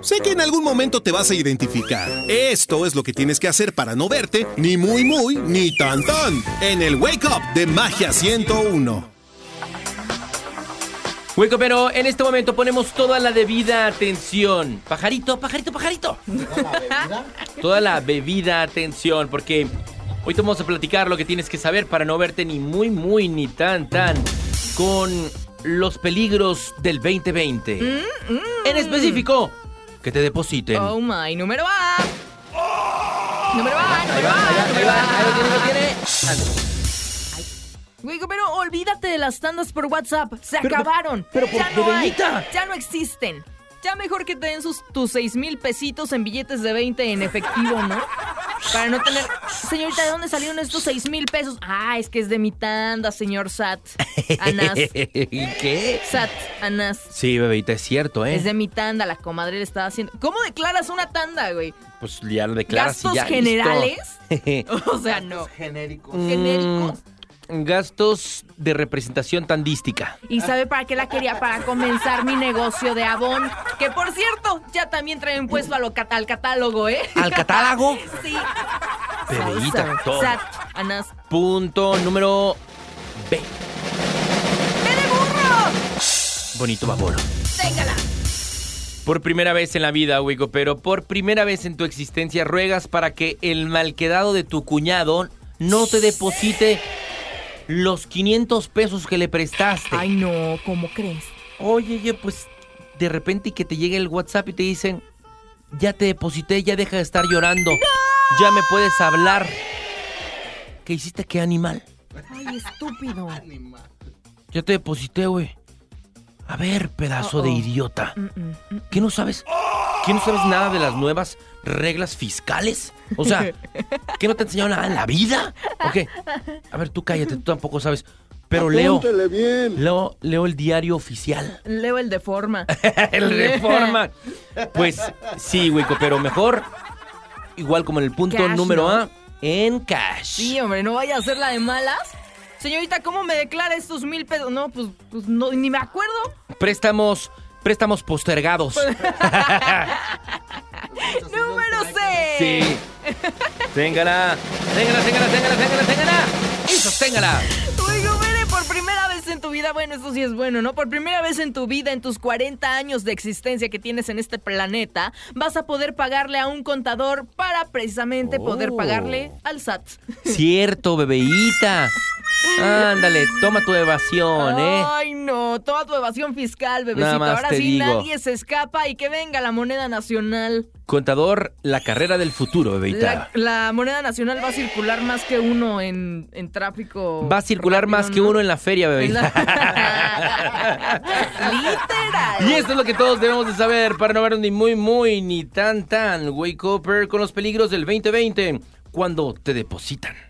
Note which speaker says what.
Speaker 1: Sé que en algún momento te vas a identificar. Esto es lo que tienes que hacer para no verte ni muy muy ni tan tan en el Wake Up de Magia 101.
Speaker 2: Hueco, pero en este momento ponemos toda la debida atención. Pajarito, pajarito, pajarito. Toda la bebida atención, porque hoy te vamos a platicar lo que tienes que saber para no verte ni muy, muy, ni tan, tan con los peligros del 2020. En específico, que te depositen.
Speaker 3: Mm, Oh my, número A. Número A,
Speaker 2: ¡Oh! Ahí
Speaker 3: número
Speaker 2: va, ahí va,
Speaker 3: A,
Speaker 2: ahí
Speaker 3: número
Speaker 2: va, ahí lo
Speaker 3: A.
Speaker 2: tiene, lo tiene.
Speaker 3: Güey, pero olvídate de las tandas por WhatsApp. Se acabaron.
Speaker 2: pero por-
Speaker 3: ya no hay.
Speaker 2: Bebellita.
Speaker 3: Ya no existen. Ya mejor que te den sus, tus 6 mil pesitos en billetes de 20 en efectivo, ¿no? Para no tener... Señorita, ¿de dónde salieron estos 6 mil pesos? Ah, es que es de mi tanda, señor Sat. Anás.
Speaker 2: ¿Qué?
Speaker 3: Sat, Anás.
Speaker 2: Sí, bebita, es cierto, ¿eh?
Speaker 3: Es de mi tanda, la comadre le estaba haciendo... ¿Cómo declaras una tanda, güey?
Speaker 2: Pues ya lo declaras y
Speaker 3: ¿Gastos
Speaker 2: ya, listo.
Speaker 3: generales? O sea, no.
Speaker 4: Genérico.
Speaker 3: Genéricos.
Speaker 2: Mm, Gastos de representación tandística.
Speaker 3: ¿Y sabe para qué la quería? Para comenzar mi negocio de Avon. Que por cierto, ya también traen puesto a lo cata- al catálogo, ¿eh?
Speaker 2: ¿Al catálogo?
Speaker 3: sí.
Speaker 2: Perellita,
Speaker 3: Sausa.
Speaker 2: todo.
Speaker 3: Sat, Anás.
Speaker 2: Punto número B.
Speaker 3: ¡Ve de burro!
Speaker 2: Bonito babolo.
Speaker 3: ¡Téngala!
Speaker 2: Por primera vez en la vida, Wico, pero por primera vez en tu existencia ruegas para que el malquedado de tu cuñado no te deposite los 500 pesos que le prestaste.
Speaker 3: Ay, no, ¿cómo crees?
Speaker 2: Oye, oye, pues de repente que te llegue el WhatsApp y te dicen, ya te deposité, ya deja de estar llorando, ya me puedes hablar. ¿Qué hiciste, qué animal?
Speaker 3: Ay, estúpido.
Speaker 2: Ya te deposité, güey. A ver, pedazo de
Speaker 3: Uh-oh.
Speaker 2: idiota.
Speaker 3: Mm, mm, mm.
Speaker 2: ¿Qué no sabes? ¿Qué no sabes nada de las nuevas reglas fiscales? O sea, ¿qué no te enseñaron nada en la vida? ¿O qué? A ver, tú cállate, tú tampoco sabes. Pero leo, leo, leo el diario oficial.
Speaker 3: Leo el de forma.
Speaker 2: el Reforma. Pues sí, Wico, pero mejor, igual como en el punto
Speaker 3: Cash,
Speaker 2: número
Speaker 3: ¿no?
Speaker 2: A, en cash.
Speaker 3: Sí, hombre, no vaya a ser la de malas. Señorita, ¿cómo me declara estos mil pesos? No, pues, pues no, ni me acuerdo.
Speaker 2: Préstamos, préstamos postergados.
Speaker 3: Pues, Número 6.
Speaker 2: Sí. téngala, téngala, téngala, téngala, téngala, téngala. Eso, téngala.
Speaker 3: Uy, Gomere, por primera vez en tu vida, bueno, eso sí es bueno, ¿no? Por primera vez en tu vida, en tus 40 años de existencia que tienes en este planeta, vas a poder pagarle a un contador para precisamente
Speaker 2: Oh.
Speaker 3: poder pagarle al SAT.
Speaker 2: Cierto, bebeíta. Ándale, toma tu evasión, ¿eh?
Speaker 3: Ay, no, toda tu evasión fiscal, bebecito.
Speaker 2: Nada más
Speaker 3: Ahora
Speaker 2: te
Speaker 3: sí
Speaker 2: digo.
Speaker 3: nadie se escapa y que venga la moneda nacional.
Speaker 2: Contador, la carrera del futuro,
Speaker 3: La,
Speaker 2: bebeíta.
Speaker 3: la moneda nacional va a circular más que uno en, en tráfico.
Speaker 2: Va a circular
Speaker 3: rápido,
Speaker 2: más que
Speaker 3: ¿no?
Speaker 2: uno en la feria,
Speaker 3: En
Speaker 2: bebeíta.
Speaker 3: la- Literal.
Speaker 2: Y esto es lo que todos debemos de saber para no vernos ni muy muy ni tan tan. Wake Upper con los peligros del 2020 cuando te depositan.